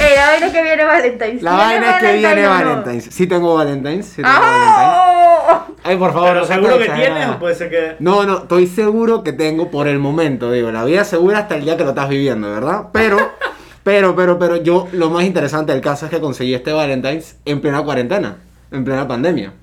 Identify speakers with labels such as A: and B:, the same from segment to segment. A: Eh, vaina es que viene Valentine's.
B: La vaina es que viene Valentine's. Sí tengo Valentine's. Sí tengo Valentine's.
A: ¡Ah!
B: Ay, por favor.
C: Pero
B: no seas
C: seguro
B: tan
C: que tienes pues.
B: exagerada.
C: o puede ser que.
B: No, no, estoy seguro que tengo por el momento, digo, la vida es segura hasta el día que lo estás viviendo, ¿verdad? Pero, pero, pero, pero yo lo más interesante del caso es que conseguí este Valentine's en plena cuarentena, en plena pandemia.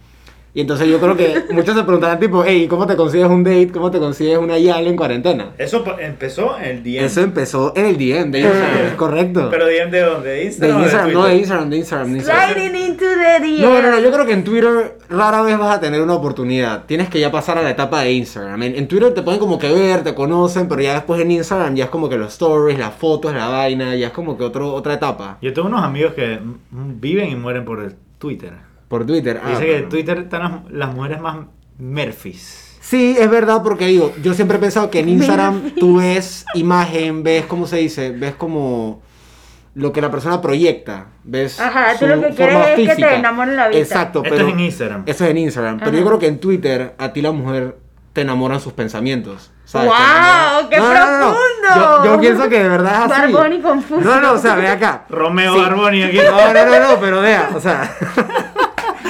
B: Y entonces yo creo que muchos se preguntarán tipo, hey, ¿cómo te consigues un date? ¿Cómo te consigues una yal en cuarentena?
C: Eso pa- empezó el día.
B: Eso empezó en el DM de Instagram, es correcto.
C: Pero DM de dónde? ¿De
B: de
C: Instagram? o
B: Instagram, no
C: Twitter?
B: de Instagram, de Instagram, de Instagram.
A: Sliding into the DM.
B: No, no, no, yo creo que en Twitter rara vez vas a tener una oportunidad. Tienes que ya pasar a la etapa de Instagram. En, en Twitter te pueden como que ver, te conocen, pero ya después en Instagram ya es como que los stories, las fotos, la vaina, ya es como que otro, otra etapa.
C: Yo tengo unos amigos que mm, viven y mueren por el Twitter.
B: Por Twitter. ah,
C: Dice que
B: pero-
C: en Twitter están las, las mujeres más Murphys.
B: Sí, es verdad porque digo, yo siempre he pensado que en Instagram tú ves imagen, ves cómo se dice, ves como lo que la persona proyecta, ves
A: Ajá, tú
B: su
A: lo que
B: forma
A: quieres es que te
B: física.
A: enamoren la vida.
B: Exacto,
C: Esto
B: pero
C: es en Instagram.
B: Eso es en Instagram. Pero
A: Ajá.
B: yo creo que en Twitter a ti la mujer te enamoran sus pensamientos. ¿sabes?
A: ¡Guau!
B: Te enamoran-
A: ¡Qué profundo!
B: Yo, yo pienso que de verdad es así.
A: Barboni confuso.
B: No, no, o sea, ve acá.
C: Romeo
B: Sí.
C: Barboni aquí.
B: No, no, no, no, pero vea, o sea.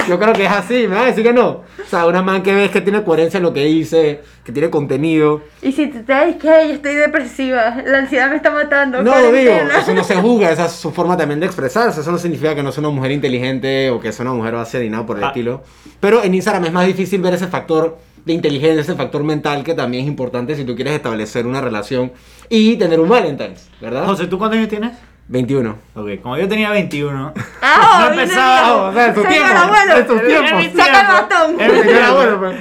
B: Yo creo que es así, me vas a decir que no. O sea, una man que ves que tiene coherencia en lo que dice, que tiene contenido.
A: Y si tú te dices que "Ay, yo estoy depresiva, la ansiedad me está matando.
B: No, digo,
A: cuarentena".
B: eso no se juzga, esa es su forma también de expresarse. Eso no significa que no sea una mujer inteligente o que sea una mujer vacía ni nada por el
C: Ah.
B: estilo. Pero en Instagram es más difícil ver ese factor de inteligencia, ese factor mental que también es importante si tú quieres establecer una relación y tener un Valentine's, ¿verdad?
C: José, ¿tú cuántos años tienes?
B: 21.
C: Ok, como yo tenía 21.
A: Ah,
C: no
A: vino
C: empezaba,
A: Diego.
B: o sea, en tu
A: Señor
B: tiempo,
A: abuelo,
B: en tu tiempo.
A: saca el bastón.
C: En mi
B: Señor
C: tiempo.
B: abuelo, pues.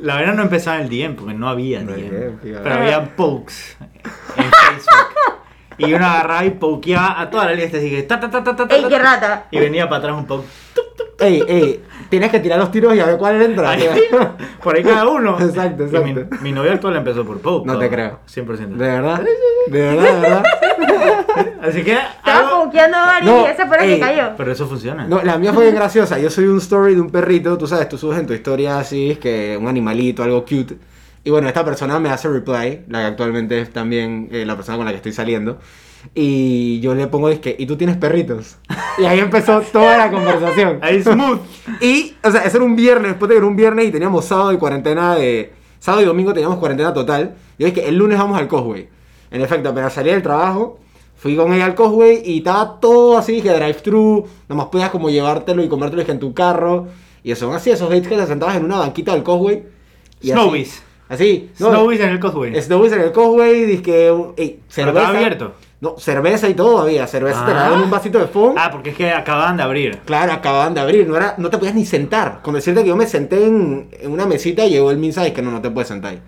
C: La verdad no empezaba en el DM porque no había
B: No había
C: DM.
B: DM, tío.
C: Pero había pokes en Facebook. Y uno agarraba y pokeaba a toda la lista. Así que ta ta ta ta ta. ta,
A: Ey,
C: ta,
A: qué
C: ta.
A: rata.
C: Y venía para atrás un poke.
B: Ey, ey, tienes que tirar los tiros y a ver cuál entra.
C: Ahí, por ahí cada uno.
B: Exacto,
C: Y mi,
B: exacto.
C: mi novia actual empezó por poke.
B: No te creo.
C: 100%.
B: De verdad, de verdad, de verdad.
C: Así que.
A: Estaba
C: hago-
A: pokeando a Barbie
B: No,
A: y esa fue la
B: ey,
A: que cayó.
C: Pero eso funciona.
B: No, la mía fue bien graciosa. Yo soy un story de un perrito, tú sabes, tú subes en tu historia así, es que un animalito, algo cute. Y bueno, esta persona me hace reply, la que actualmente es también eh, la persona con la que estoy saliendo. Y yo le pongo, es que, ¿y tú tienes perritos? Y ahí empezó toda la conversación.
C: Ahí smooth.
B: Y, o sea, eso era un viernes, después de que era un viernes y teníamos sábado y cuarentena de... Sábado y domingo teníamos cuarentena total. Yo dije que el lunes vamos al Cosway. En efecto, apenas salí del trabajo, fui con ella al Cosway y estaba todo así, dije drive-thru, nomás podías como llevártelo y comértelo dije, en tu carro. Y son así, esos dates que te sentabas en una banquita del Cosway. y así.
C: Snowies.
B: Así. no,
C: Snowies en el cosplay.
B: Snowies en el Cosway, dije, ey,
C: Pero
B: cerveza.
C: estaba abierto.
B: No, cerveza y todo había. Cerveza te
C: Ah.
B: la daban en un vasito de foam.
C: Ah, porque es que acababan de abrir.
B: Claro, acababan de abrir, no, era, no te podías ni sentar. Con decirte que yo me senté en, en una mesita y llegó el Minsa y que no, no te puedes sentar ahí.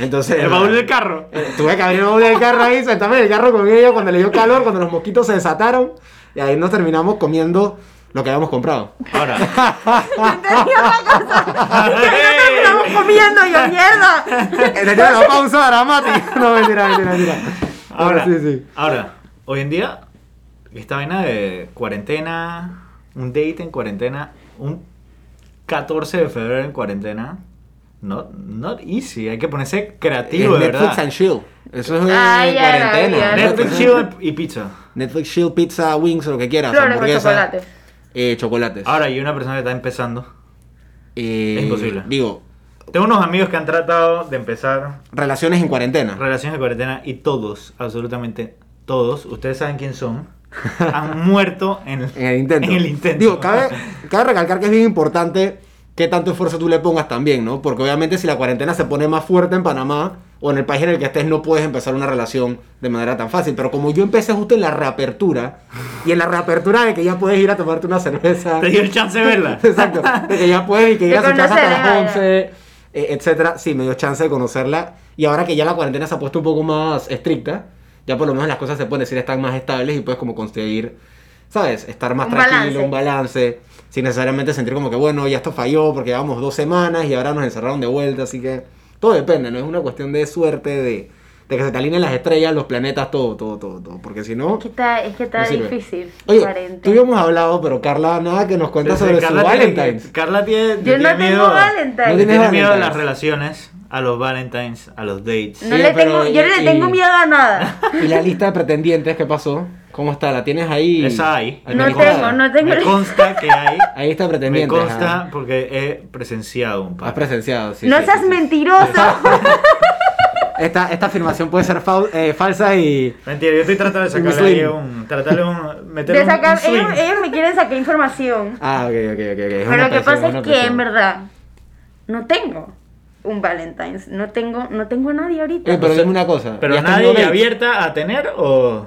B: Entonces.
C: El baúl del carro.
B: eh, Tuve que abrir el baúl del carro ahí, sentarme en el carro con ellos cuando le dio calor, cuando los mosquitos se desataron. Y ahí nos terminamos comiendo lo que habíamos comprado.
C: Ahora.
A: Estamos comiendo yo, mierda.
B: Este tiene la pausa dramática. No, mentira, mentira, mentira. Pero
C: Ahora,
B: sí, sí.
C: ahora, hoy en día, esta vaina de cuarentena, un date en cuarentena, un 14 de febrero en cuarentena, not, not easy, hay que ponerse creativo,
B: Es
C: de
B: Netflix
C: verdad.
B: and Chill. Eso es en
A: Ay, ya, ya,
B: cuarentena.
A: ya.
C: Netflix, chill y pizza.
B: Netflix Chill, pizza, wings, lo que quieras.
A: Flores con
B: hamburguesas,
A: chocolate.
B: eh, chocolates.
C: Ahora, y una persona que está empezando.
B: Eh,
C: Ah, Es imposible.
B: Digo,
C: Tengo unos amigos que han tratado de empezar
B: relaciones en cuarentena.
C: relaciones de cuarentena y todos, absolutamente todos, ustedes saben quién son, han muerto en el,
B: En el intento.
C: en el intento.
B: Digo, cabe, cabe recalcar que es bien importante qué tanto esfuerzo tú le pongas también, ¿no? Porque obviamente si la cuarentena se pone más fuerte en Panamá o en el país en el que estés, no puedes empezar una relación de manera tan fácil. Pero como yo empecé justo en la reapertura, y en la reapertura de que ya puedes ir a tomarte una cerveza.
C: Te dio el chance de verla.
B: Exacto. De que ya puedes y que
A: De
B: llegas a su casa hasta
A: conocerla,
B: las
A: ya.
B: 11, eh, etcétera. Sí, me dio chance de conocerla. Y ahora que ya la cuarentena se ha puesto un poco más estricta, ya por lo menos las cosas se pueden decir están más estables y puedes como conseguir, ¿sabes? Estar más
A: Un
B: tranquilo,
A: balance.
B: un balance. Sin necesariamente sentir como que, bueno, ya esto falló porque llevamos dos semanas y ahora nos encerraron de vuelta. Así que todo depende, ¿no? Es una cuestión de suerte, de, de que se te alineen las estrellas, los planetas, todo, todo, todo, todo. Porque si no...
A: Es que está, es que está
B: no sirve.
A: difícil.
B: Oye,
A: cuarentena.
B: tú y yo hemos hablado, pero Carla, nada que nos cuenta
C: Entonces,
B: sobre su
C: tiene-
B: Valentine's.
C: Carla tiene.
A: Yo no
C: tiene
A: tengo
C: miedo,
A: Valentine's.
B: No
C: Tiene
B: Valentine's.
C: miedo a las relaciones. a los Valentines, a los dates.
A: No
B: Sí,
A: le
B: pero
A: tengo, yo no
B: y-
A: le tengo
B: y-
A: miedo a nada.
B: ¿Y la lista de pretendientes qué pasó? ¿Cómo está? ¿La tienes ahí?
C: Esa ahí.
A: No
B: Administrada.
A: tengo, no tengo.
C: Me consta que hay.
B: Ahí está
C: Me
B: pretendientes.
C: consta
B: ajá.
C: porque he presenciado un par.
B: Has presenciado, sí.
A: no
B: sí,
A: seas
B: sí, sí.
A: mentiroso.
B: Esta, esta afirmación puede ser fal- eh, falsa y.
C: Mentira, yo estoy tratando de sacarle
B: Un swing.
C: ahí un. Tratarle un. Meterle
A: De
C: un-
A: sacar-
C: un swing.
A: ellos, ellos me quieren sacar información.
B: Ah, ok, ok, ok. ok. Es
A: Pero
B: una
A: lo que
B: presión,
A: pasa
B: una
A: es que
B: presión.
A: en verdad no tengo un Valentine's. No tengo, no tengo a nadie ahorita.
B: Eh, pero dime una cosa. ¿y
C: Pero
B: has tenido
C: nadie
B: dates?
C: abierta a tener o.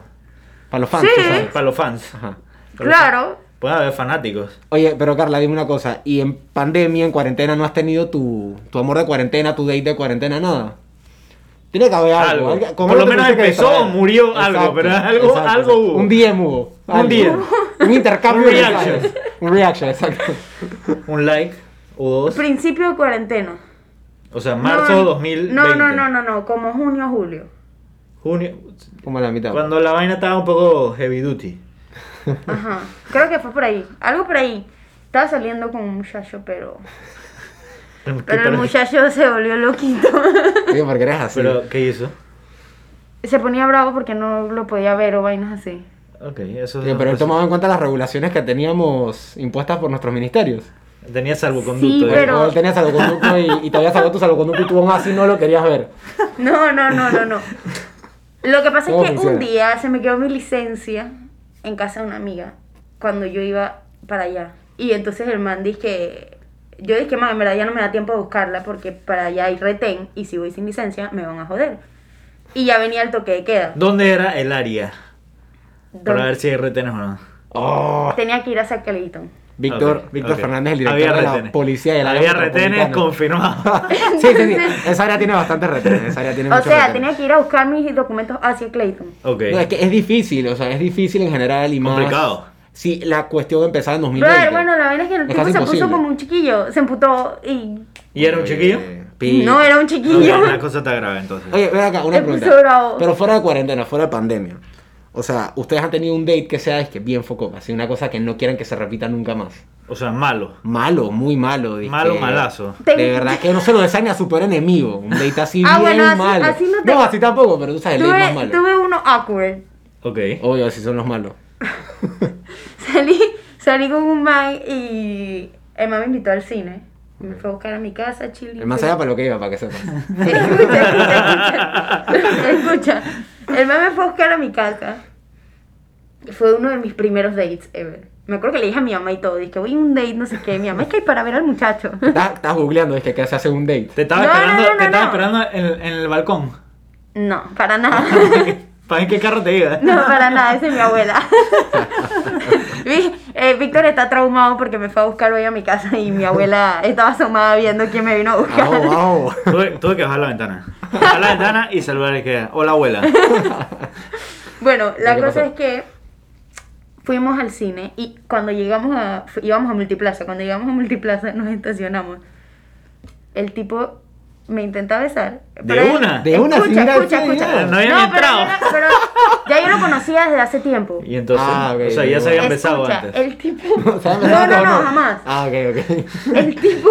B: Para los fans,
A: Sí.
B: tú sabes.
C: Para los fans.
B: Ajá.
C: Pero
A: ¿Eh? claro.
C: Puede haber fanáticos.
B: Oye, pero Carla, dime una cosa. ¿Y en pandemia, en cuarentena, no has tenido tu, tu amor de cuarentena, tu date de cuarentena, nada? Tiene que haber algo.
C: Algo.
B: algo-
C: Por
B: algo
C: lo
B: te
C: menos
B: tuviste que
C: empezó,
B: distraer.
C: murió algo, pero algo- algo hubo.
B: Un DM hubo.
C: Un
B: algo.
C: DM.
B: Un intercambio
C: Un
B: de
C: reaction.
B: mensajes. Un reaction, exacto.
C: Un like o
B: Pues
C: dos.
A: Principio de cuarentena.
C: O sea, marzo
A: no,
C: 2020.
A: No, no, no, no, no. Como junio, julio.
C: Junio.
B: Como a la mitad.
C: Cuando la vaina estaba un poco heavy duty.
A: Ajá. Creo que fue por ahí. Algo por ahí. Estaba saliendo con un muchacho, pero. Pero el muchacho se volvió loquito.
B: Oye, porque eres así.
C: Pero, ¿qué hizo?
A: se ponía bravo porque no lo podía ver o vainas así.
C: Ok, eso
B: Oye, pero he tomado en cuenta las regulaciones que teníamos impuestas por nuestros ministerios.
C: Tenía salvoconducto.
A: Sí,
C: eh.
A: pero-
B: O tenías salvoconducto y, y te había sacado tu salvoconducto y tú aún así no lo querías ver.
A: No, no, no, no, no. Lo que pasa
B: ¿Cómo
A: es que
B: funciona?
A: un día se me quedó mi licencia en casa de una amiga cuando yo iba para allá. Y entonces el man dice que. Yo dije, man, en verdad ya no me da tiempo de buscarla porque para allá hay retén y si voy sin licencia me van a joder. Y ya venía el toque de queda.
C: ¿Dónde era el área? Para
A: Donde
C: ver si hay retenes o no.
B: Oh,
A: Tenía que ir hacia Clayton.
B: Víctor,
C: Ok,
B: Víctor
C: ok.
B: Fernández, el director
C: Había
B: de la
C: retenes.
B: policía del área
C: Había retenes
B: metropolitana.
C: confirmados.
B: sí, sí, sí. Esa área tiene bastantes retenes. Esa área tiene
A: O
B: muchos
A: sea,
B: retenes.
A: tenía que ir a buscar mis documentos hacia Clayton.
C: ok.
B: No, es que es difícil, o sea, es difícil en general y más.
C: Complicado.
B: Sí, la cuestión empezaba en 2020.
A: Pero bueno, la verdad es que el
B: Es
A: tipo
B: casi
A: se
B: imposible.
A: puso como un chiquillo, se emputó y.
C: ¿Y era un chiquillo?
B: Eh, pi-
A: No, era un chiquillo.
C: Ok, la cosa está grave entonces.
B: Oye, ven acá, una
A: Empezó
B: pregunta.
A: bravo.
B: Pero fuera de cuarentena, fuera de pandemia. O sea, ustedes han tenido un date que sea es que bien focó, así una cosa que no quieren que se repita nunca más.
C: O sea, malo.
B: Malo, muy malo. dije.
C: Malo, malazo.
B: De verdad que no se lo desaña a su peor enemigo. Un date así
A: Ah,
B: bien
A: bueno, así-
B: malo.
A: así no te-
B: así tampoco, pero tú sabes, el date más
A: Tuve,
B: malo.
A: tuve uno awkward.
C: Ok.
B: Obvio, así son los malos.
A: Salí, salí con un man y el man me invitó al cine. Me fue a buscar a mi casa, chile.
B: El más allá para lo que iba, para que sepas.
A: Escucha, escucha, escucha. Escucha. El man me fue a buscar a mi casa. Y Fue uno de mis primeros dates ever. Me acuerdo que le dije a mi mamá y todo. Dije, voy a un date, no sé qué. Mi mamá es que hay para ver al muchacho.
B: Estás, estás googleando, es que acá se hace un date.
C: Te estaba
A: No, no,
C: esperando,
A: no, no,
C: te estaba
A: no.
C: esperando en, en el balcón.
A: No, para nada.
C: ¿Para en qué carro te iba?
A: No, para nada, esa es mi abuela. Vi- eh, Víctor está traumado porque me fue a buscar hoy a mi casa y mi abuela estaba asomada viendo quién me vino a buscar.
C: Ah,
B: Au, au.
C: Tuve, tuve que bajar la ventana. Bajar la ventana y saludar al que. Hola, abuela.
A: Bueno, la
B: ¿Qué
A: cosa
B: pasó?
A: es que fuimos al cine y cuando llegamos a. fu- íbamos a Multiplaza. Cuando llegamos a Multiplaza nos estacionamos. El tipo me intenta besar. pero él-
C: una?
B: De una, sin
A: Escucha,
B: dar
A: escucha,
B: señal.
A: escucha.
C: No habían
A: pero,
C: entrado.
A: yo no- pero ya yo lo conocía desde hace tiempo.
C: Y entonces.
B: Ah, ok,
C: o sea, ya se habían besado
A: Escucha,
C: antes.
A: El tipo.
B: O sea,
A: no,
B: me da
A: no,
B: todo,
A: no, jamás.
B: Ah, ok, ok.
A: El tipo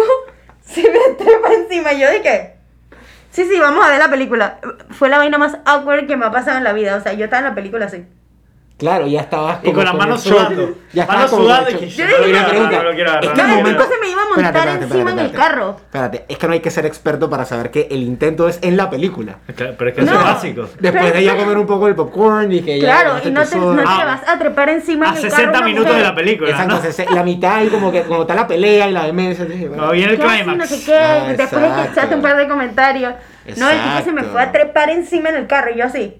A: se me trepa encima. Yo dije, sí, sí, vamos a ver la película. Fue la vaina más awkward que me ha pasado en la vida. O sea, yo estaba en la película así.
B: Claro, ya estabas
C: Y con las
B: el
C: manos
B: shock.
C: sudando.
B: Ya estabas
C: Manos
B: como con el
C: sudando y
B: shock.
C: que
A: Yo dije,
C: quiero
A: no,
C: agarrar,
B: pregunta,
C: no lo quiero
B: ¿en
C: agarrar.
B: qué
A: Claro,
C: no lo
B: momento-
A: entonces me iba a montar encima en el carro.
B: Espérate, es que no hay que ser experto para saber que el intento es en la película.
C: quiero. Claro, Pero es que eso es
A: No.
C: básico.
B: Después
A: Pero-
B: de ya comer un poco el popcorn y que ya.
A: Claro,
B: tomaste
A: y no
B: tu
A: te,
B: soda.
A: no te
C: Ah,
A: vas a trepar encima
C: A
A: en el carro.
C: 60
A: una
C: minutos de
A: mujer.
C: la película.
B: Exacto,
C: Ah, ¿no?
B: se- se- la mitad y como que como está la pelea y la demencia. dije, bueno.
C: No, viene el
A: ¿Qué haces? No sé
C: clímax.
A: qué.
B: Ah,
A: Después de que
B: exacto.
A: echaste un par de comentarios. No, el tipo se me
B: Exacto.
A: fue a trepar encima en el carro. Y yo así.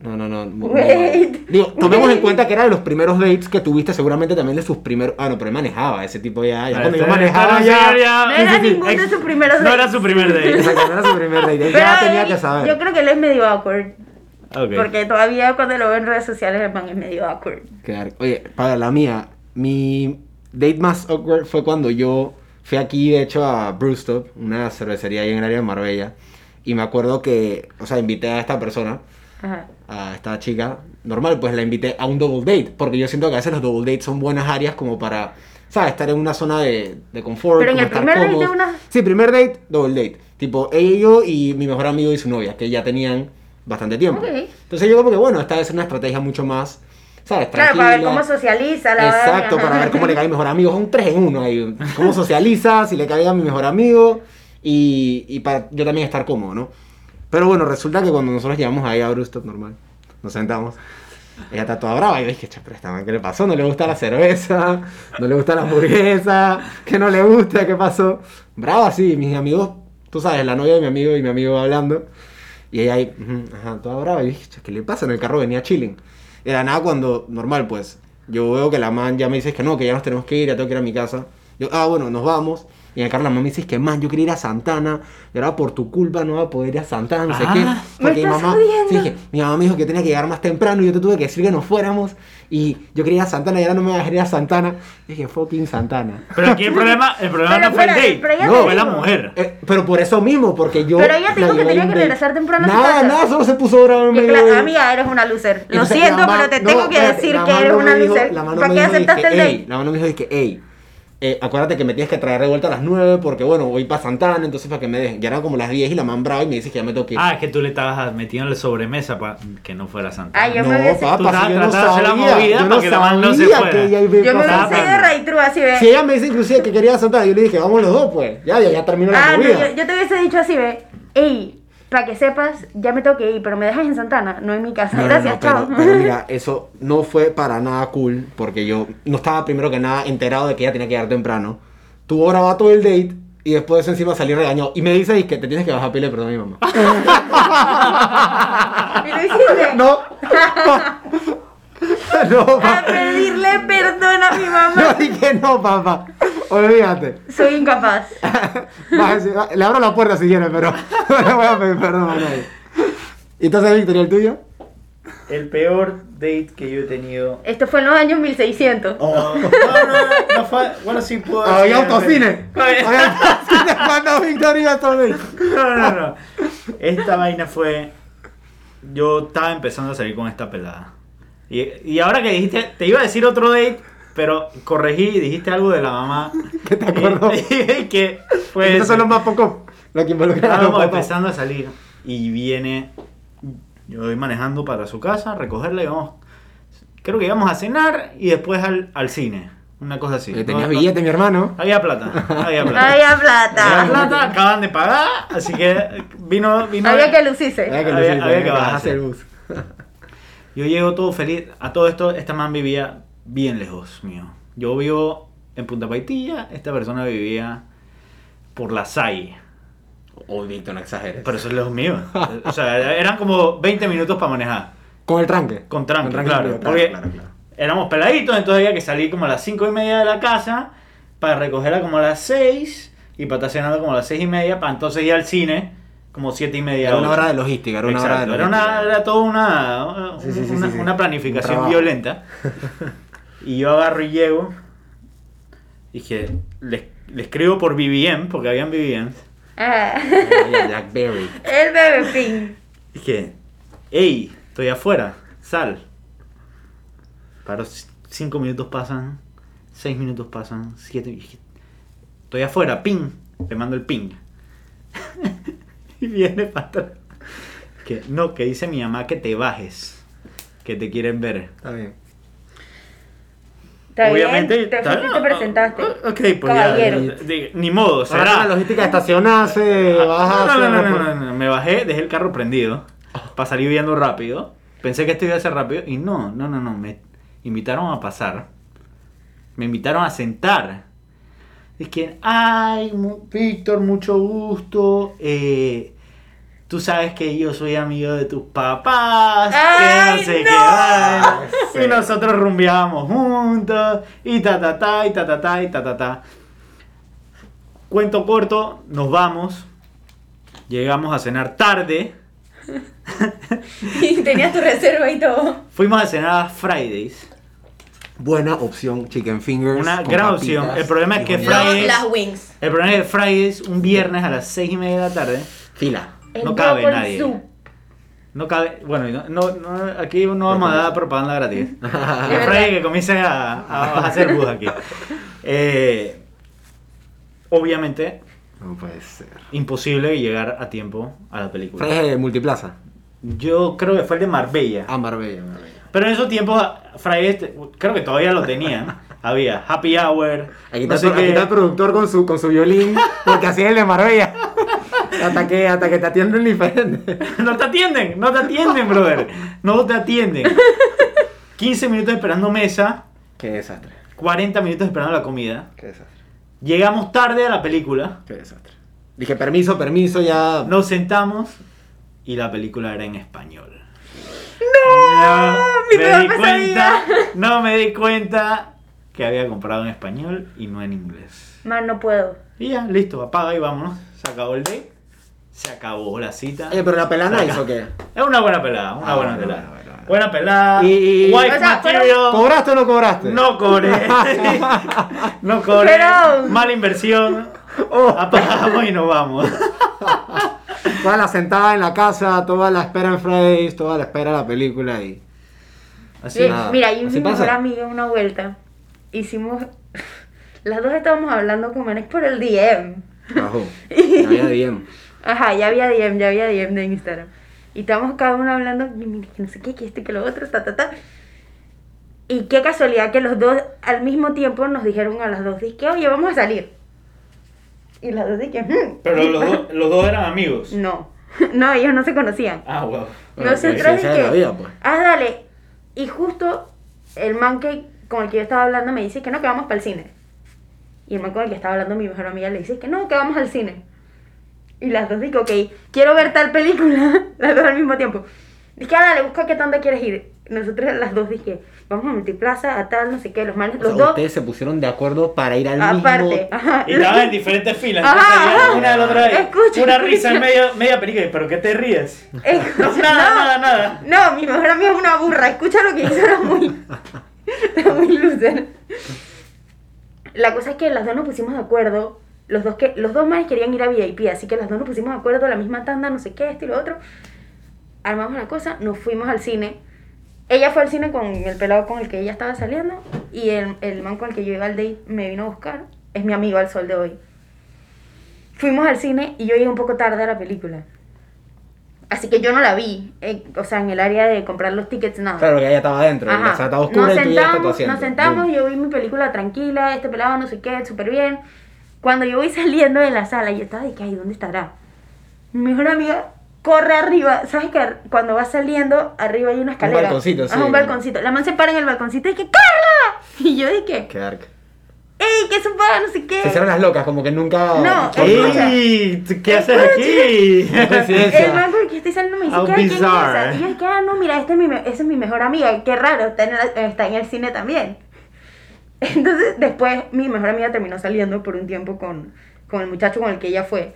B: No, no, no. no,
A: Wait.
B: no. Digo, tomemos en
A: Wait.
B: cuenta que era de los primeros dates que tuviste, seguramente también de sus primeros. Ah, no, pero él manejaba ese tipo
C: pues,
B: ya. ya cuando yo manejaba ya.
A: No era ninguno de sus primeros
C: No era
A: dates.
C: su primer date.
B: Exacto, no era su primer date.
A: Pero
B: Ya tenía
A: él-
B: que saber.
A: Yo creo que él es medio awkward.
C: Ok.
A: Porque todavía cuando lo veo en redes sociales el man es medio awkward.
B: Quedar- Oye, para la mía, mi date más awkward fue cuando yo fui aquí, de hecho, a Brewstop, una cervecería ahí en el área de Marbella. Y me acuerdo que, o sea, invité a esta persona,
A: Ajá.
B: a esta chica, normal, pues la invité a un double date. Porque yo siento que a veces los double dates son buenas áreas como para ¿sabes? Estar en una zona de, de confort.
A: Pero en
B: como
A: el
B: estar
A: primer date de
B: cómodos.
A: una-
B: Sí, primer date, double date. Tipo, ella y yo y mi mejor amigo y su novia, que ya tenían bastante tiempo.
A: Ok.
B: Entonces yo como que, bueno, esta es una estrategia mucho más, ¿sabes?
A: Claro, para ver
B: Tranquila.
A: cómo socializa la
B: Exacto,
A: vaina.
B: para ver cómo le cae a mi mejor amigo. Es un 3 en 1 ahí. Cómo socializa, si le cae a mi mejor amigo. Y, y para yo también estar cómodo, ¿no? Pero bueno, resulta que cuando nosotros llegamos ahí a Brewstock normal, nos sentamos. Ella está toda brava y ves que, "Che, pero esta man, ¿qué le pasó? No le gusta la cerveza, no le gusta la hamburguesa, que no le gusta, ¿qué pasó? Brava, sí, mis amigos, tú sabes, la novia de mi amigo y mi amigo hablando. Y ella ahí, ujú, ajá, toda brava. Y dije, "Che, ¿qué le pasa? En el carro venía chilling. Era nada cuando, normal, pues. Yo veo que la man ya me dice que no, que ya nos tenemos que ir, ya tengo que ir a mi casa. Yo, ah, bueno, nos vamos. Y en el carro la man me dice que, man, yo quería ir a Santana. Y ahora por tu culpa no voy a poder ir a Santana, no sé
C: Ah,
B: qué.
C: me
B: Porque mi
A: estás
B: mamá,
A: jodiendo.
B: sí, dije, mi mamá me dijo que tenía que llegar más temprano y yo te tuve que decir que nos fuéramos. Y yo quería ir a Santana y ahora no me vas a dejar ir a Santana. Y dije, fucking Santana.
C: Pero aquí el problema, el problema
A: Pero
C: no fue el
A: espérate,
C: date,
A: pero ella
B: te
C: fue la
A: dijo.
C: mujer.
B: Eh, pero por eso mismo, porque yo.
A: Pero ella te
B: la
A: dijo que
B: llevé
A: tenía
B: a un
A: que
B: date.
A: regresar temprano a su
B: Nada,
A: casa.
B: nada, solo se puso brava en
A: Que
B: medio
A: cla-
B: de-
A: amiga, eres una loser. Lo
B: Entonces,
A: siento,
B: la man-
A: pero te
B: no,
A: tengo que
B: espérate,
A: decir
B: la
A: que
B: man
A: eres
B: no
A: una
B: me dijo-
A: loser.
B: la man no
A: ¿Por
B: me
A: qué
B: dijo,
A: aceptaste
B: dije,
A: el
B: "Ey",
A: date?
B: La mano me dijo, dije, hey, acuérdate que me tienes que traer de vuelta a las 9 porque, bueno, voy para Santana, entonces para que me dejen. Ya eran como las 10 y la man brava y me dice que ya me tengo que ir.
C: Ah, es que tú le estabas metiendo la sobremesa para que no fuera Santa.
A: Ay, yo
B: no,
A: me hubiese-
B: papá,
C: Tú
B: si
C: estabas
B: yo no
C: tratando de hacer la
B: sabía,
C: movida
B: yo no
C: para que la man no se
B: sabía
C: fuera.
B: que ella iba a ir
A: Yo me
B: para
A: hubiese ido
B: Santana.
A: de Raitrú así, ve.
B: Si ella me dice inclusive que quería Santana, yo le dije, vamos los dos, pues. Ya, ya, ya terminó la
A: Ah, no,
B: movida.
A: yo, yo te hubiese dicho así, ve. Ey, para que sepas, ya me tengo que ir, pero me dejas en Santana, no en mi casa.
B: No, no,
A: Gracias,
B: no,
A: chao.
B: pero, pero mira, eso no fue para nada cool, porque yo no estaba primero que nada enterado de que ella tenía que llegar temprano. Tuvo grabado todo el date y después de eso encima salí regañado. Y me dice, que te tienes que bajar pile, perdón a mi mamá.
A: y lo hiciste. Ah,
B: no. no,
A: A
B: papá.
A: pedirle perdón a mi
B: Yo
A: mamá.
B: dije, no, papá. Olvídate.
A: Soy incapaz.
B: Bájese, bá- Le abro la puerta si quiere, pero no le voy a pedir perdón a nadie. ¿Y entonces, Víctor, y el tuyo?
D: El peor date que yo he tenido.
A: Esto fue en los años 1600.
B: Oh,
D: No, no, no, no fue. Bueno, sí puedo.
B: Había
D: decir-
B: autocine. Había autocine cuando Víctor iba a todo esto.
D: No, no, no.
C: Esta vaina fue. Yo estaba empezando a salir con esta pelada. Y, y ahora que dijiste, te iba a decir otro date, pero corregí y dijiste algo de la mamá.
B: ¿Qué te acordó?
C: Y que fue.
B: Esos son
C: eso.
B: los más pocos. Los que involucran a los
C: Estábamos
B: papás.
C: empezando a salir y viene. Yo voy manejando para su casa, recogerla y vamos. Creo que íbamos a cenar y después al, al cine. Una cosa así.
B: Que Eh, tenías
C: No- no-
B: billete, mi hermano.
C: Había plata. Había plata.
A: Había
C: Había
A: plata.
C: plata, acaban de pagar, así que vino. vino
A: Había que lucirse.
B: Había que,
C: había-
B: lucirse,
C: había que
B: había que
C: bajarse.
B: bajarse el bus.
C: Yo llego todo feliz. A todo esto, esta man vivía bien lejos mío. Yo vivo en Punta Paitilla, esta persona vivía por la Salle.
B: Oh, Víctor, no exageres.
C: Pero eso es lejos mío. O sea, eran como 20 minutos para manejar.
B: Con el tranque.
C: Con tranque, claro,
B: incluido,
C: porque-
B: claro, claro.
C: Éramos peladitos, entonces había que salir como a las 5 y media de la casa para recogerla como a las 6 y para estar cenando como a las 6 y media para entonces ir al cine como 7 y media.
B: Era una
C: ocho.
B: hora de logística, era una hora de
C: Exacto, era,
B: logística.
C: una- era toda una,
B: Sí, sí, sí,
C: una,
B: sí, sí.
C: una planificación
B: Un trabajo.
C: violenta. Y yo agarro y llego. Y dije, le, le escribo por BBM, porque habían BBM.
A: Ah,
B: Había Blackberry.
A: El bebé fin.
C: Dije, hey, estoy afuera, sal. Paro, c- cinco minutos pasan, seis minutos pasan, siete. y dije, estoy afuera, ping. Le mando el ping. y viene para atrás. Que, no, que dice mi mamá que te bajes, que te quieren ver.
B: Está bien.
A: Está
C: Obviamente,
A: bien, te
C: está-
A: fuiste y te presentaste.
C: Ah, Ok, pues ya,
A: Caballero.
C: de- ni modo,
B: Ahora
C: será.
B: la logística de estacionarse,
C: Ah,
B: bajarse.
C: no, no, no, no, no, no, me bajé, dejé el carro prendido para salir viendo rápido. Pensé que esto iba a ser rápido y no, no, no, no. Me invitaron a pasar. Me invitaron a sentar. Es que, ay, mu- Víctor, mucho gusto. eh, tú sabes que yo soy amigo de tus papás. que
A: ¡Ay,
C: no sé
A: no!
C: qué vaina".
B: Sí.
C: Y nosotros rumbeábamos juntos. Y ta, ta, ta, y ta, ta, ta, y ta, ta, ta. Cuento corto, nos vamos. Llegamos a cenar tarde.
A: Y tenías tu reserva y todo.
C: Fuimos a cenar a Fridays.
B: Buena opción, chicken fingers.
C: Una
B: con
C: gran
B: papitas
C: opción. El problema es
B: y
C: que
B: un-
C: Fry- Fridays.
E: Las wings.
C: El problema es que Fridays, un viernes a las 6 y media de la tarde,
B: Fila.
A: El
C: no cabe
A: brócoli
C: nadie.
A: soup.
C: No cabe. Bueno, y no, no, no- aquí no vamos a dar propaganda gratis. El Friday que comience a, a- a hacer bus aquí. Eh, obviamente,
B: No puede ser.
C: imposible llegar a tiempo a la película.
B: Fue de Multiplaza.
C: Yo creo que fue el de Marbella.
B: Ah, Marbella, Marbella.
C: Pero en esos tiempos, Friday, este- creo que todavía lo tenían. Había Happy Hour.
B: Aquí
C: no
B: está,
C: sé
B: el pro- aquí
C: qué.
B: está el productor con su, con su violín, porque así es el de Marbella. Hasta que, hasta que te atienden diferente.
C: No te atienden, no te atienden, brother. No te atienden. 15 minutos esperando mesa,
B: Qué desastre,
C: 40 minutos esperando la comida.
B: qué desastre,
C: Llegamos tarde a la película,
B: qué desastre. Dije, permiso, permiso, ya.
C: nos sentamos y la película era en español. ¡No!
A: Mi
C: me
A: peor
C: di cuenta,
A: pesadilla.
C: no me di cuenta que había comprado en español y no en inglés.
A: Más no puedo.
C: Y ya, listo, apaga y vámonos. Se acabó el date. Se acabó la cita.
B: Oye, pero la pelada
C: Se
B: nice,
C: acabó.
B: ¿o qué?
C: Es una buena pelada, una
B: Eh, Ah,
C: buena
B: bueno,
C: pelada.
B: bueno, bueno.
C: Buena pelada.
B: Y-
C: Wife
A: O sea, fueron-
C: material.
B: ¿Cobraste o no cobraste?
C: No cobré. no cobré.
A: Pero-
C: Mala inversión.
B: Oh.
C: Apagamos y nos vamos.
B: Toda la sentada en la casa, toda la espera en Fridays, toda la espera a la película y.
C: Así
A: Sí,
B: nada.
A: Eh, mira, yo y
B: Así
A: mi
B: pasa.
A: mejor amiga una vuelta hicimos. Las dos estábamos hablando con Manex por el DM.
B: Bajo. No había DM.
A: Ajá, ya había DM, ya había DM de Instagram. Y estábamos cada uno hablando, y mira, que no sé qué, que este, que lo otro, ta, ta, ta. Y qué casualidad que los dos al mismo tiempo nos dijeron a las dos, que oye, vamos a salir. Y las dos dije, "Hmm".
C: Pero los, dos- los dos eran amigos.
A: No, no, ellos no se conocían.
C: Ah, wow.
B: Bueno,
A: Nosotros
B: coincidencia de
A: dije,
B: la vida, pues.
A: ah, dale. Y justo el man que, con el que yo estaba hablando me dice que no, que vamos para el cine. Y el man con el que estaba hablando mi mejor amiga le dice que no, que vamos al cine. Y las dos digo, ok, quiero ver tal película, las dos al mismo tiempo. Dije, ah, dale, busca qué tanto quieres ir. Nosotros las dos dije, vamos a multiplaza, a tal, no sé qué, los manes,
B: O
A: los
B: sea,
A: dos,
B: ustedes se pusieron de acuerdo para ir al
A: aparte.
B: mismo.
A: Ajá.
C: Y estaban en diferentes filas.
A: Ajá,
C: entonces había
A: ajá.
C: Una de la otra vez.
A: Escucha,
C: una
A: escucha.
C: risa en medio, media película. ¿Pero qué te ríes?
A: Escucha,
C: No, nada, nada, nada.
A: No, mi mejor amiga es una burra. Escucha lo que hizo, era muy. Era muy loser. La cosa es que las dos nos pusimos de acuerdo. Los dos, que, los dos más querían ir a VIP, así que las dos nos pusimos de acuerdo, la misma tanda, no sé qué, esto y lo otro. Armamos la cosa, nos fuimos al cine. Ella fue al cine con el pelado con el que ella estaba saliendo y el, el man con el que yo iba al date me vino a buscar. Es mi amigo al sol de hoy. Fuimos al cine y yo llegué un poco tarde a la película. Así que yo no la vi, eh, o sea, en el área de comprar los tickets, nada.
B: Claro que ella estaba adentro,
A: Ajá.
B: o sea, estaba oscura
A: nos
B: y tú ya estás
A: sentamos,
B: tu asiento.
A: Nos sentamos,
B: Boom.
A: yo vi mi película tranquila, este pelado no sé qué, súper bien. Cuando yo voy saliendo de la sala, yo estaba de que, ay, ¿dónde estará? Mi mejor amiga corre arriba, ¿sabes que ar- cuando vas saliendo, arriba hay una escalera?
B: balconcito,
A: Ajá,
B: sí,
A: un
B: como-
A: balconcito. La man se para en el balconcito y que, ¡Carla! Y yo dije,
B: Qué arca.
A: ¡Ey, qué supa, no sé qué!
B: Se hicieron las locas, como que nunca.
A: No,
B: Por-
A: ey, escucha.
C: ¡Ey! ¿Qué haces aquí?
B: Qué coincidencia.
A: El man con el que estoy saliendo me dice,
C: How
A: ¿qué? ¿Quién es esa?
C: bizarre.
A: Y yo dije, ah, no, mira, este es mi, me- esa es mi mejor amiga, qué raro, está en, la- está en el cine también. Entonces, después, mi mejor amiga terminó saliendo por un tiempo con, con el muchacho con el que ella fue.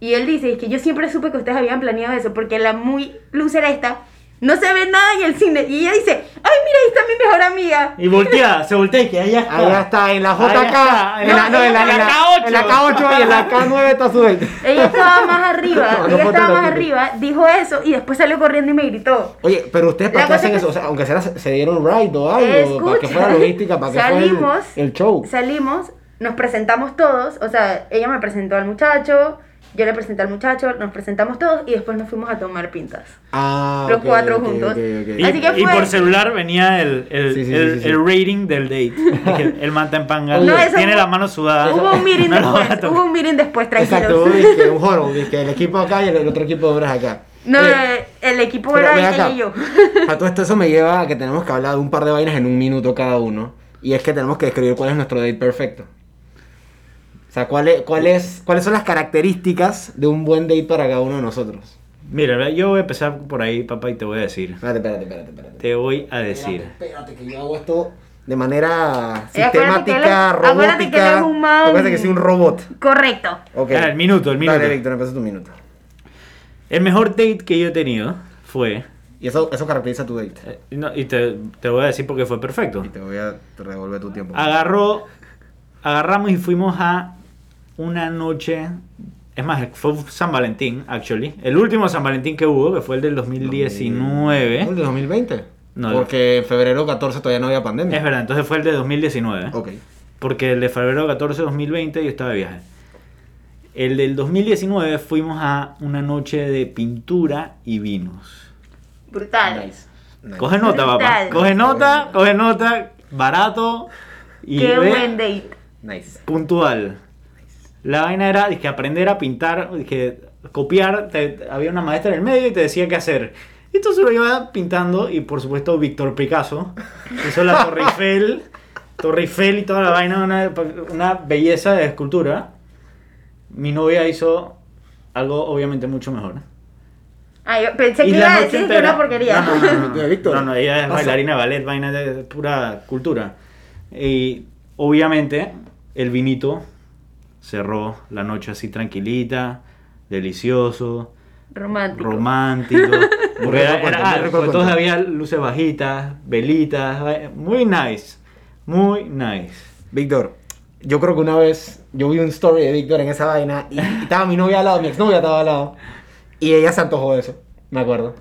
A: Y él dice, es que yo siempre supe que ustedes habían planeado eso, porque la muy lucera esta no se ve nada en el cine. Y ella dice, ay, mira, ahí está mi mejor amiga.
C: Y voltea, se voltea y que allá está.
B: Allá está, en la JK.
C: Ahí está,
B: en la, no, en la, en la
C: K8.
B: En la K8 y en la K9 está su gente.
A: Ella estaba más arriba,
B: No, no
A: ella
B: puedo
A: estaba más
B: tener-
A: arriba, dijo eso y después salió corriendo y me gritó.
B: Oye, pero ustedes para
A: La
B: qué
A: cosa es
B: hacen
A: que-
B: eso, o sea, aunque sea se dieron ride o algo, para que
A: Escucha.
B: fuera logística, para que fuera
A: salimos,
B: el- el, show.
A: Salimos, nos presentamos todos, o sea, ella me presentó al muchacho, yo le presenté al muchacho, nos presentamos todos y después nos fuimos a tomar pintas.
B: Ah,
A: los
B: ok,
A: cuatro
B: ok, ok,
A: juntos.
B: ok.
C: Y,
A: Así que
C: y
A: fue-
C: por celular venía el, el,
B: Sí, sí,
C: el,
B: sí, sí.
C: el rating del date. Dije, El man está en panga,
A: No, eso
C: tiene
A: hubo-
C: la mano sudada.
A: Hubo un meeting
C: Ah, No lo va a
A: después,
C: tocar.
A: hubo un meeting después,
B: Exacto,
A: tranquilos.
B: dizque, un joro, dizque, el equipo acá y el, el otro equipo de obras acá.
A: No, eh,
B: Oye,
A: el equipo
B: Eh, pero
A: era
B: ven
A: ella
B: acá.
A: y yo.
B: A todo esto eso me lleva a que tenemos que hablar de un par de vainas en un minuto cada uno. Y es que tenemos que describir cuál es nuestro date perfecto. O sea, cuál es- cuál es- cuáles son las características de un buen date para cada uno de nosotros.
C: Mira, yo voy a empezar por ahí, papá, y te voy a decir.
B: Espérate, espérate, espérate, espérate.
C: Te voy a decir.
B: Espérate, espérate, que yo hago esto de manera
A: Eh, acuérdate que él es-
B: sistemática,
A: acuérdate que él es
B: robótica.
A: un man.
B: Acuérdate que soy un robot.
A: Correcto.
B: Ok.
C: Ah, el minuto, el minuto.
B: Dale, Víctor, empieza tu minuto.
C: El mejor date que yo he tenido fue.
B: Y eso, eso caracteriza tu date.
C: eh, no, y te, te voy a decir porque fue perfecto.
B: Y te voy a devolver tu tiempo.
C: Agarró. Agarramos y fuimos a una noche. Es más, fue San Valentín, actually. El último San Valentín que hubo, que fue el del 2019.
B: ¿El de 2020?
C: No,
B: Porque en febrero 14 todavía no había pandemia.
C: Es verdad, entonces fue el de 2019.
B: Ok.
C: Porque el de febrero 14 de 2020 yo estaba de viaje. El del 2019 fuimos a una noche de pintura y vinos.
A: Brutal.
D: Nice. Nice.
C: Coge nota, papá.
A: Brutal.
C: Coge nota, coge nota. Barato. Y
A: Qué
C: ve
A: buen date.
D: Nice.
C: puntual. La vaina era que aprender a pintar, que copiar. te- había una maestra en el medio y te decía qué hacer. Y tú se lo iba pintando y por supuesto Víctor Picasso hizo la Torre Eiffel, Torre Eiffel y toda la vaina, una, una belleza de escultura. Mi novia hizo algo obviamente mucho mejor.
A: Ah, yo pensé que
C: Y la
A: iba a
C: noche
A: decir que
C: entera-
A: una porquería.
C: No, no, no, no,
B: De Víctor.
C: No, no, ella es
B: Pasa.
C: bailarina de ballet, vaina de de pura cultura. Y obviamente el vinito cerró la noche así tranquilita, delicioso,
A: Romántico.
C: romántico. porque era,
B: Recuerdo,
C: era
B: recuerdo.
C: algo, entonces había luces bajitas, velitas, va- muy nice, muy nice.
B: Víctor, yo creo que una vez yo vi un story de Víctor en esa vaina y, y estaba mi novia al lado, mi exnovia estaba al lado y ella se antojó de eso, me acuerdo.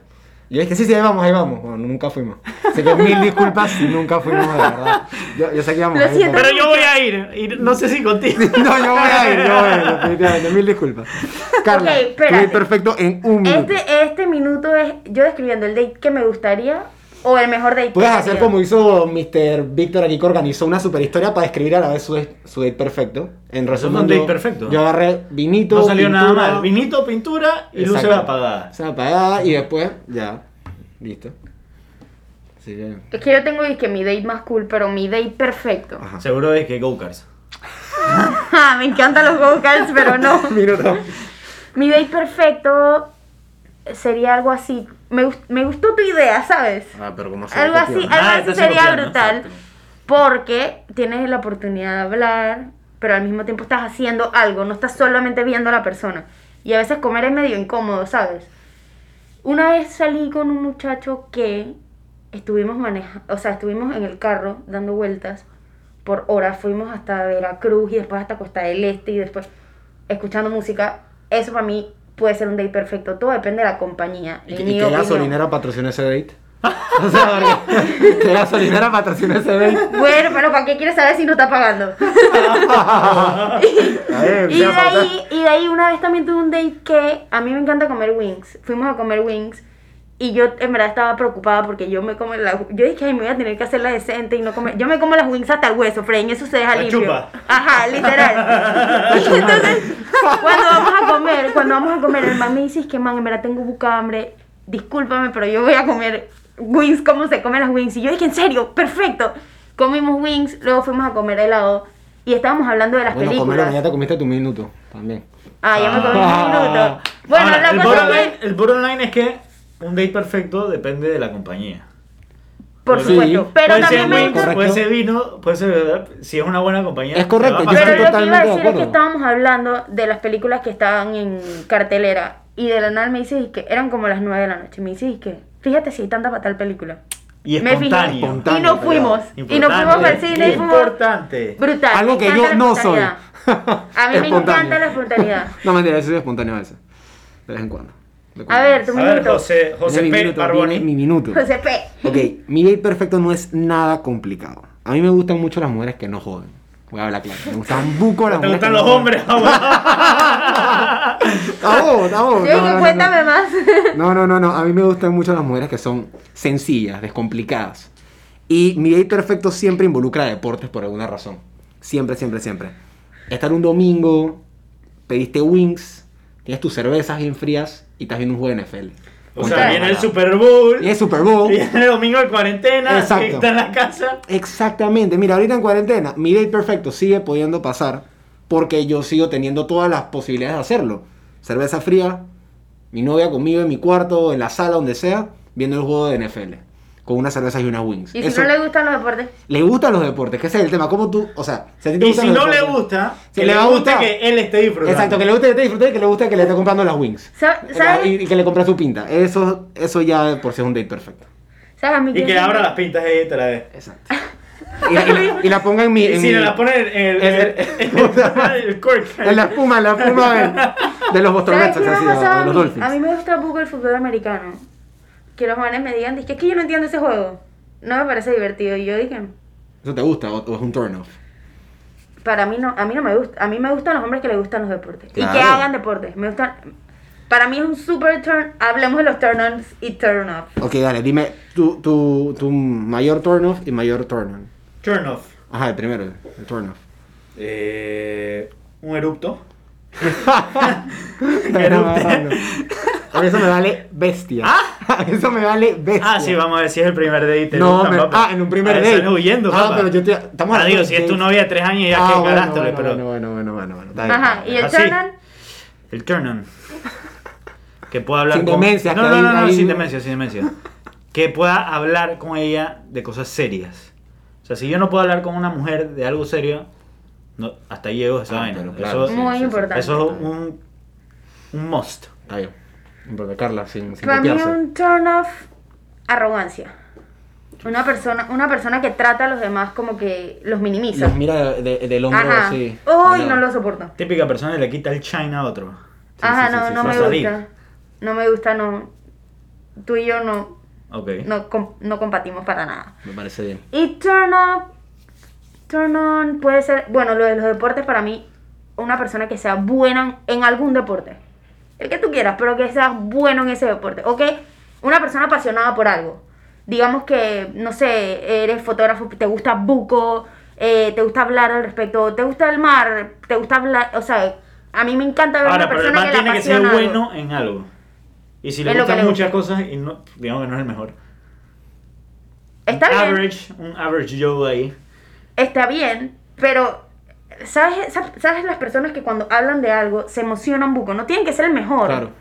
B: Y yo dije, sí, sí, ahí vamos, ahí vamos. Bueno, nunca fuimos. Así que mil disculpas si nunca fuimos, de verdad. Yo, yo sé que íbamos
A: Lo
B: a ir,
A: siento.
C: Pero yo voy a ir, y no sé si contigo.
B: pero- No, yo voy a ir, yo voy a ir, definitivamente. Mil disculpas. Carla,
A: Ok, espérate.
B: tú perfecto en un minuto.
A: Este, este minuto es yo describiendo el date que me gustaría o el mejor date. que
B: Puedes
A: he
B: hacer
A: tenido.
B: como hizo Mr. Víctor aquí que organizó una super historia para describir a la vez su, su date perfecto. En resumen,
C: un date
B: yo-
C: perfecto.
B: Yo agarré vinito,
C: No salió nada
B: pintura,
C: mal. Vinito, pintura y
B: Exacto.
C: luces apagadas.
B: Se apagada y después ya. Listo. Así que.
A: Es que yo tengo que mi date más cool, pero mi date perfecto.
B: Ajá.
C: Seguro es que go-karts.
A: Ajá, me encantan los go-karts, pero no.
B: Minuto.
A: Mi date perfecto sería algo así. Me, gust- me gustó tu idea, ¿sabes?
B: Ah, pero como
A: Algo así, algo
C: Ah,
A: así
C: estás
A: sería
C: copiando,
A: brutal.
C: exacto.
A: Porque tienes la oportunidad de hablar, pero al mismo tiempo estás haciendo algo, no estás solamente viendo a la persona. Y a veces comer es medio incómodo, ¿sabes? Una vez salí con un muchacho que estuvimos manejando, o sea, estuvimos en el carro dando vueltas por horas, fuimos hasta Veracruz y después hasta Costa del Este y después escuchando música. Eso para mí puede ser un date perfecto, todo depende de la compañía.
B: ¿Y,
A: en
B: que- y
A: mi
B: que
A: opinión.
B: gasolinera patrocinó ese date? O sea, porque- que gasolinera patrocinó ese date.
A: Bueno, pero ¿para qué quieres saber si no está pagando?
B: A ver,
A: Y de,
B: ya falta-
A: ahí, y de ahí una vez también tuve un date que a mí me encanta comer wings. Fuimos a comer wings y yo en verdad estaba preocupada porque yo me como las Yo dije, ay, me voy a tener que hacerla decente y no comer. Yo me como las wings hasta el hueso, Fred, en eso se deja
C: La
A: limpio.
C: chupa.
A: Ajá, literal. Y entonces, cuando vamos a comer, cuando vamos a comer, el man me dice, es que man, en verdad tengo buca hambre, discúlpame, pero yo voy a comer wings, ¿cómo se comen las wings? Y yo dije, en serio, perfecto. Comimos wings, luego fuimos a comer helado y estábamos hablando de las
B: Bueno,
A: películas.
B: comer, ya te comiste tu minuto también.
A: Ah, ya me comí
C: Ah.
A: un minuto. Bueno,
C: Ahora, el
A: la cosa es
C: bottom line-
A: que,
C: El bottom line es que un date perfecto depende de la compañía.
A: por
B: Pues Sí,
A: supuesto, pero
C: puede
A: también
C: ser
A: me
C: whisky,
B: gusta-
A: encanta...
C: puede ser vino, puede ser verdad, si es una buena compañía.
B: Es correcto,
D: Pues,
C: te va a
B: yo
C: pasar
B: estoy
A: Pero lo que
C: algo.
A: iba a
B: totalmente de
A: decir es que
B: acuerdo.
A: estábamos hablando de las películas que estaban en cartelera y de la nada me dices que eran como las 9 de la noche. Me dices que, fíjate si hay tanta para tal película.
C: Y
A: me
C: espontáneo.
A: y
B: Espontáneo,
A: nos fuimos. Y nos
C: Importante.
A: fuimos al cine y fuimos.
D: Importante.
A: Brutal.
B: Algo
A: me
B: que
A: encanta
B: yo
A: la
B: no soy.
A: espontaneidad. A mí me encanta la espontaneidad.
B: No, mentira, yo soy espontáneo a veces. De vez en cuando. De
A: A
B: cuando.
A: ver, tu
D: A ver,
A: minuto.
D: José, José
B: Viene mi
D: P.
B: minuto,
D: Barboni.
B: viene mi minuto.
A: José P.
B: Ok, mi date perfecto no es nada complicado. A mí me gustan mucho las mujeres que no joden. Voy a hablar claro. Me gustan buco las
D: ¿Te gustan
B: mujeres. que no
D: los
B: joden.
D: hombres? Ah, ahora?
B: Está bobo, está bobo.
A: Yo
B: No,
A: digo,
B: no, no,
A: cuéntame
B: no.
A: más.
B: No, no, no, no. A mí me gustan mucho las mujeres que son sencillas, descomplicadas. Y mi date perfecto siempre involucra deportes por alguna razón. Siempre, siempre, siempre. Estar un domingo, pediste wings, tienes tus cervezas bien frías y estás viendo un juego de NFL.
D: O
B: Con
D: sea,
B: calma,
D: viene el
B: nada.
D: Super Bowl.
B: Viene el Super Bowl.
D: Viene el domingo de cuarentena.
B: Exacto.
D: Está en la casa.
B: Exactamente. Mira, ahorita en cuarentena, mi date perfecto sigue pudiendo pasar porque yo sigo teniendo todas las posibilidades de hacerlo. Cerveza fría, mi novia conmigo en mi cuarto, en la sala, donde sea, viendo el juego de NFL. Con unas cervezas y unas wings.
A: Y si
B: Eso-
A: no le gustan los deportes.
B: le gustan los deportes, que ese es el tema. ¿Cómo tú? O sea, si a ti te
D: Y
B: gustan
D: si
B: los
D: no le
B: deportes-
D: gusta,
B: Si
D: que
B: le
D: le
B: va a
D: gusta
B: gustar.
D: que él esté disfrutando.
B: Exacto, que le guste que te disfrute y que le guste que le esté comprando las wings.
A: Sa- ¿Sabes?
B: Y, y que le compre su pinta. Eso, eso ya de por sí es un date perfecto.
A: ¿Sabes a mí
D: Y que abra las pintas ella y te la dé.
B: Exacto. Y, y la, y la ponga en mi.
D: Y
B: en
D: si
B: mi-
D: le la pone en el,
B: en
D: en- en- en el cork.
B: En la espuma, en la espuma de, de los Boston Red
A: ¿Sabes qué
B: Sox,
A: me ha
B: así, de,
A: pasado
B: de los
A: a mí? A mí
B: Dolphins.
A: me gusta poco el fútbol americano. Que los jóvenes me digan, dije, es que yo no entiendo ese juego. No me parece divertido. Y yo dije,
B: ¿Eso te gusta o, o es un turn off?
A: para mí no, a mí no me gusta, a mí me gustan los hombres que les gustan los deportes y que
B: Claro.
A: hagan deportes. Me gustan, para mí es un super turn, hablemos de los turn ons y turn off.
B: Ok, dale, dime tu, tu, tu mayor turn off y mayor turn on.
D: Turn off.
B: Ajá, el primero, el turn off.
D: Eh, un erupto.
B: A mí eso me vale bestia.
A: ¿Ah?
B: A mí eso me vale bestia.
D: Ah, sí, vamos a ver si es el primer date. te
B: No,
D: eruptan,
B: me-
D: papá.
B: ah, en un primer
D: Ah,
B: date.
D: Sales huyendo,
B: Ah,
D: papá.
B: pero yo te- estamos
D: Ah,
B: hablando
D: digo,
B: de
D: si es tu
B: dates.
D: novia de tres años, ya
B: Ah,
D: que
B: bueno,
D: cagaste,
B: bueno,
D: pero...
B: Bueno, bueno, bueno, bueno, bueno, está bien.
A: Ajá, y el
D: Así.
A: turn on,
D: El turn on.
C: Que pueda hablar
B: Sin
C: con...
B: demencia,
C: No,
B: que
C: no,
B: ahí-
C: no, no,
B: ahí-
C: sin demencia, sin demencia. que pueda hablar con ella de cosas serias. O sea, si yo no puedo hablar con una mujer de algo serio, no, hasta ahí llego a esa
B: Ah,
C: vaina.
B: pero claro,
C: eso,
B: sí,
A: Muy
B: sí, sí.
A: importante.
C: eso es un, un must.
B: Está bien. Pero Carla, sin, sin
A: para mí
B: copiarse.
A: un turn off, arrogancia. Una persona, una persona que trata a los demás como que los minimiza.
B: Los mira de- de- del hombro
A: Ajá.
B: así.
A: Uy,
B: de
A: no
B: lado.
A: lo soporto.
C: Típica persona que le quita el shine a otro.
B: Sí,
A: Ajá,
B: sí, sí,
A: no,
B: sí,
A: no
B: sí.
A: me
C: Vas a dir.
A: gusta. No me gusta, no. Tú y yo no,
C: Ok.
A: no, com- no compartimos para nada.
B: Me parece bien.
A: Y turn up, turn on puede ser, bueno, lo de los deportes para mí, una persona que sea buena en algún deporte. El que tú quieras, pero que seas bueno en ese deporte. O que una persona apasionada por algo. Digamos que, no sé, eres fotógrafo, te gusta buco, eh, te gusta hablar al respecto, te gusta el mar, te gusta hablar, o sea, a mí me encanta ver
C: Ahora,
A: una
C: pero el
A: persona
C: man
A: que le
C: tiene que ser
A: apasiona algo.
C: bueno en algo. Y si le
A: Es lo que
C: gustan
A: le
C: muchas cosas y no, digamos que no es el mejor.
A: Está
C: un
A: bien.
C: average, un average Joe ahí.
A: está bien, pero ¿sabes, sab- ¿sabes las personas que cuando hablan de algo se emocionan buco? No tienen que ser el mejor.
B: Claro.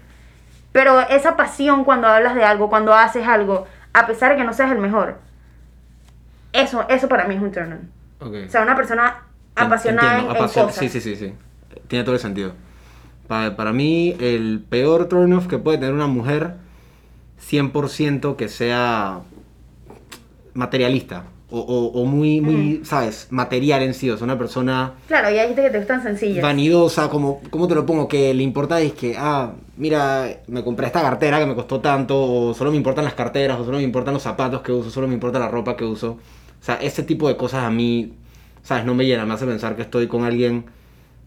A: Pero esa pasión cuando hablas de algo, cuando haces algo, a pesar de que no seas el mejor, eso, eso para mí es un turn on.
B: Okay.
A: O sea, una persona
B: Te- te
A: apasionada
B: entiendo,
A: en- en,
B: apasiona-
A: cosas.
B: Sí, sí, sí, sí. Tiene todo el sentido. Pa- para mí, el peor turn off que puede tener una mujer, 100% que sea materialista. O, o- o muy, muy, ¿sabes? Material en sí. O sea, una persona
A: Claro, ya dijiste que te gustan sencillas.
B: vanidosa, como, ¿cómo te lo pongo? Que le importa es que, ah, mira, me compré esta cartera que me costó tanto, o solo me importan las carteras, o solo me importan los zapatos que uso, solo me importa la ropa que uso. O sea, ese tipo de cosas a mí, ¿sabes? No me llena, me hace pensar que estoy con alguien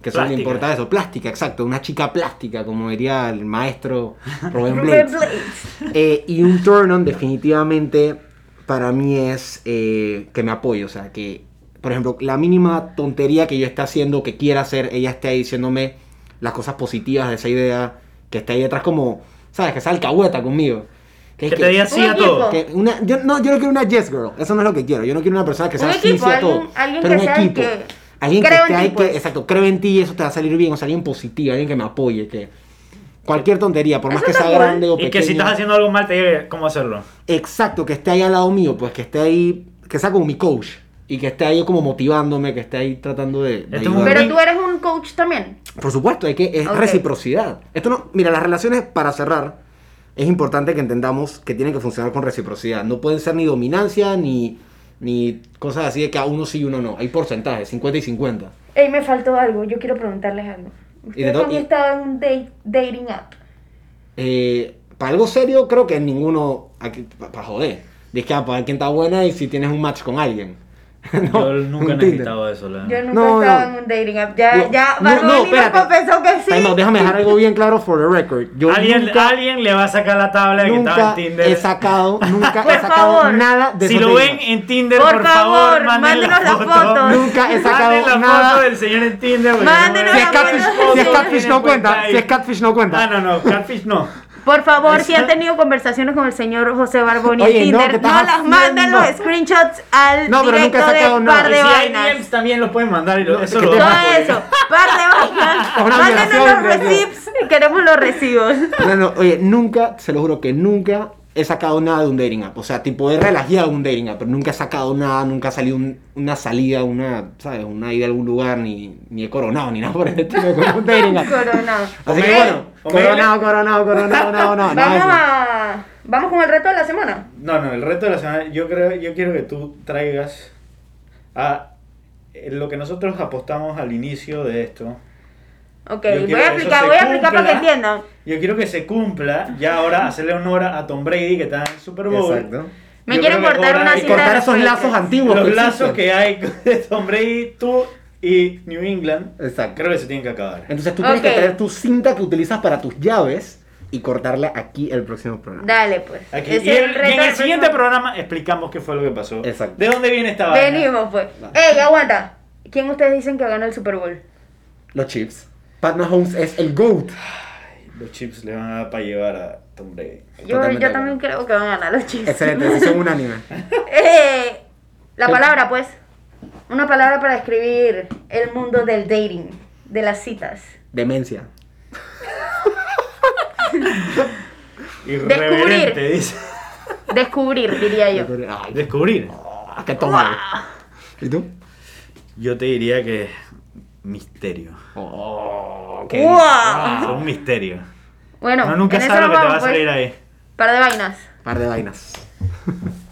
B: que solo le
C: Plástica.
B: importa eso. Plástica, exacto, una chica plástica, como diría el maestro Rubén
A: Rubén
B: Blades.
A: Blades.
B: Eh, y un turn on definitivamente para mí es eh, que me apoye, o sea, que, por ejemplo, la mínima tontería que yo esté haciendo, que quiera hacer, ella esté ahí diciéndome las cosas positivas de esa idea, que esté ahí detrás como, ¿sabes? Que sea alcahueta conmigo. Que,
C: Que
B: que-
C: te diga sí
A: Un
C: a todo.
A: equipo.
B: que una, yo, no, yo no quiero una yes girl, eso no es lo que quiero, yo no quiero una persona que
A: Un
B: sea
A: equipo,
B: sí, sí a
A: alguien-
B: todo,
A: alguien
B: pero
A: que
B: un
A: sea el
B: equipo.
A: que
B: alguien que
A: creo en
B: esté ahí,
A: ti,
B: que,
A: pues.
B: exacto, creo en ti y eso te va a salir bien, o sea, alguien positivo, alguien que me apoye, que cualquier tontería, por más
A: Eso
B: que
A: está
B: sea
A: cool.
B: grande o
C: Y
B: pequeña.
C: que si estás haciendo algo mal, te diga cómo hacerlo.
B: Exacto, que esté ahí al lado mío, pues que esté ahí, que sea como mi coach y que esté ahí como motivándome, que esté ahí tratando de, de
C: Esto es un
B: ayudarme.
A: Pero tú eres un coach también.
B: Por supuesto, hay que es
A: Ok.
B: reciprocidad. Esto no, mira, las relaciones para cerrar es importante que entendamos que tienen que funcionar con reciprocidad. No pueden ser ni dominancia ni ni cosas así de que a uno sí y uno no. Hay porcentajes, 50 y 50.
A: Ey, me faltó algo, yo quiero preguntarles algo.
B: de
A: ¿Ustedes
B: todo-
A: han
B: y-
A: estado en un date- dating app?
B: Eh, para algo serio, creo que ninguno para joder. Dice que ah, para ver quién está buena y si tienes un match con alguien. No,
C: Yo nunca he
B: un Tinder.
C: necesitado eso, la
A: Yo
C: verdad.
A: nunca
B: No,
A: he estado
B: no.
A: en un dating app. Ya,
B: No,
A: ya,
B: no,
A: Barboni
B: no,
A: me
B: espérate.
A: confesó que sí.
B: Time out, déjame dejar algo bien claro for the record. Yo
C: ¿Alguien,
B: nunca,
C: alguien le va a sacar la tabla de que estaba
B: nunca
C: en Tinder.
B: he sacado, nunca
A: Por
B: he sacado
A: favor.
B: nada de
C: Si
B: esos
C: lo
B: temas.
C: ven en Tinder,
A: Por
C: por,
A: favor,
C: favor, manden la
A: mándenos
C: foto.
A: las fotos.
B: Nunca he sacado
C: Manden la
B: nada.
C: foto del señor en Tinder. porque
A: Mándenos
B: Si
C: no
B: es
A: la
C: voy a-
B: catfish,
A: foto.
B: si es
A: no
B: catfish no
C: tienen
B: cuenta,
C: ahí.
B: si es catfish no
C: Ah,
B: cuenta.
C: no, no, catfish no.
A: Por favor, si han tenido conversaciones con el señor José Barboni en
B: Oye, no, ¿qué
A: Tinder,
B: estás
A: no, las manden
B: haciendo?
A: los screenshots al
B: No, pero nunca he
A: directo de
B: sacado nada.
A: par
C: Y
A: de
C: si hay
A: vainas.
C: DMs también los pueden mandar y lo, eso
B: que
C: lo
B: te
C: vamos
A: Todo
C: a poner.
A: eso, par de vainas.
B: Una
A: Mándenos los
B: violación, creo yo.
A: receipts, queremos los recibos.
B: No, no, oye, nunca, se lo juro que nunca he sacado nada de un dating app. O sea, tipo, he relajado un dating app, pero nunca he sacado nada, nunca ha salido un- una salida, una, ¿sabes? Una ida a algún lugar, ni, ni he coronado, ni nada por el estilo con un dating app.
A: Coronado.
B: Así que
A: Ey,
B: bueno,
D: Omegle.
B: coronado, coronado, coronado, Ah, no, no, no.
A: Vamos
B: eso.
A: a... Vamos con el reto de la semana.
D: No, no, el reto de la semana, yo creo, yo quiero que tú traigas a eh, lo que nosotros apostamos al inicio de esto.
A: Ok,
D: Yo quiero
A: voy a
D: que eso
A: explicar,
D: se
A: voy a explicar para que
D: cumpla.
A: entiendan.
D: Yo quiero que se cumpla ya ahora hacerle honor a Tom Brady que está en el Super Bowl.
B: Exacto.
A: Me
D: Yo
A: quiero
D: creo que
A: cortar
D: ahora
A: una
D: hay
B: Y
A: cinta
B: cortar
A: de
B: esos lazos
A: referencias.
B: antiguos.
D: Los
B: que
D: lazos
C: este
B: existen.
D: que hay de Tom Brady, tú
C: y New England,
B: Exacto.
C: creo que se tienen que acabar.
B: Entonces tú tienes que
A: Ok.
B: traer tu cinta que utilizas para tus llaves y cortarla aquí el próximo programa.
A: Dale, pues.
C: Aquí.
A: Ese
C: Y,
A: es
C: el- y
A: reto
C: en
A: del
C: el siguiente
A: próximo-
C: programa explicamos qué fue lo que pasó.
B: Exacto.
C: ¿De dónde viene esta vaina?
A: Venimos, pues.
B: Va.
A: Ey, aguanta. ¿Quién ustedes dicen que gana el Super Bowl?
B: Los chips. Pat Mahomes es el GOAT.
C: Los chips le van a dar para llevar a Tom Brady.
A: Yo,
B: Totalmente de
A: yo también creo que van a ganar los Chiefs.
B: Excelente, decisión unánime.
A: Eh, la palabra, pues. Una palabra para describir el mundo del dating, de las citas.
B: Demencia.
C: Irreverente, dice.
A: Descubrir, diría yo.
B: Ay, ah,
C: Descubrir.
B: qué toma. ¿Y tú?
C: Yo te diría que misterio.
B: Oh, qué
A: ¡Wow!
C: Es un misterio.
A: Bueno,
C: No, nunca
A: Ah. en eso
C: sabes lo
A: nos
C: que te va a
A: vamos, pues.
C: salir ahí.
A: Par de vainas.
B: Par de vainas.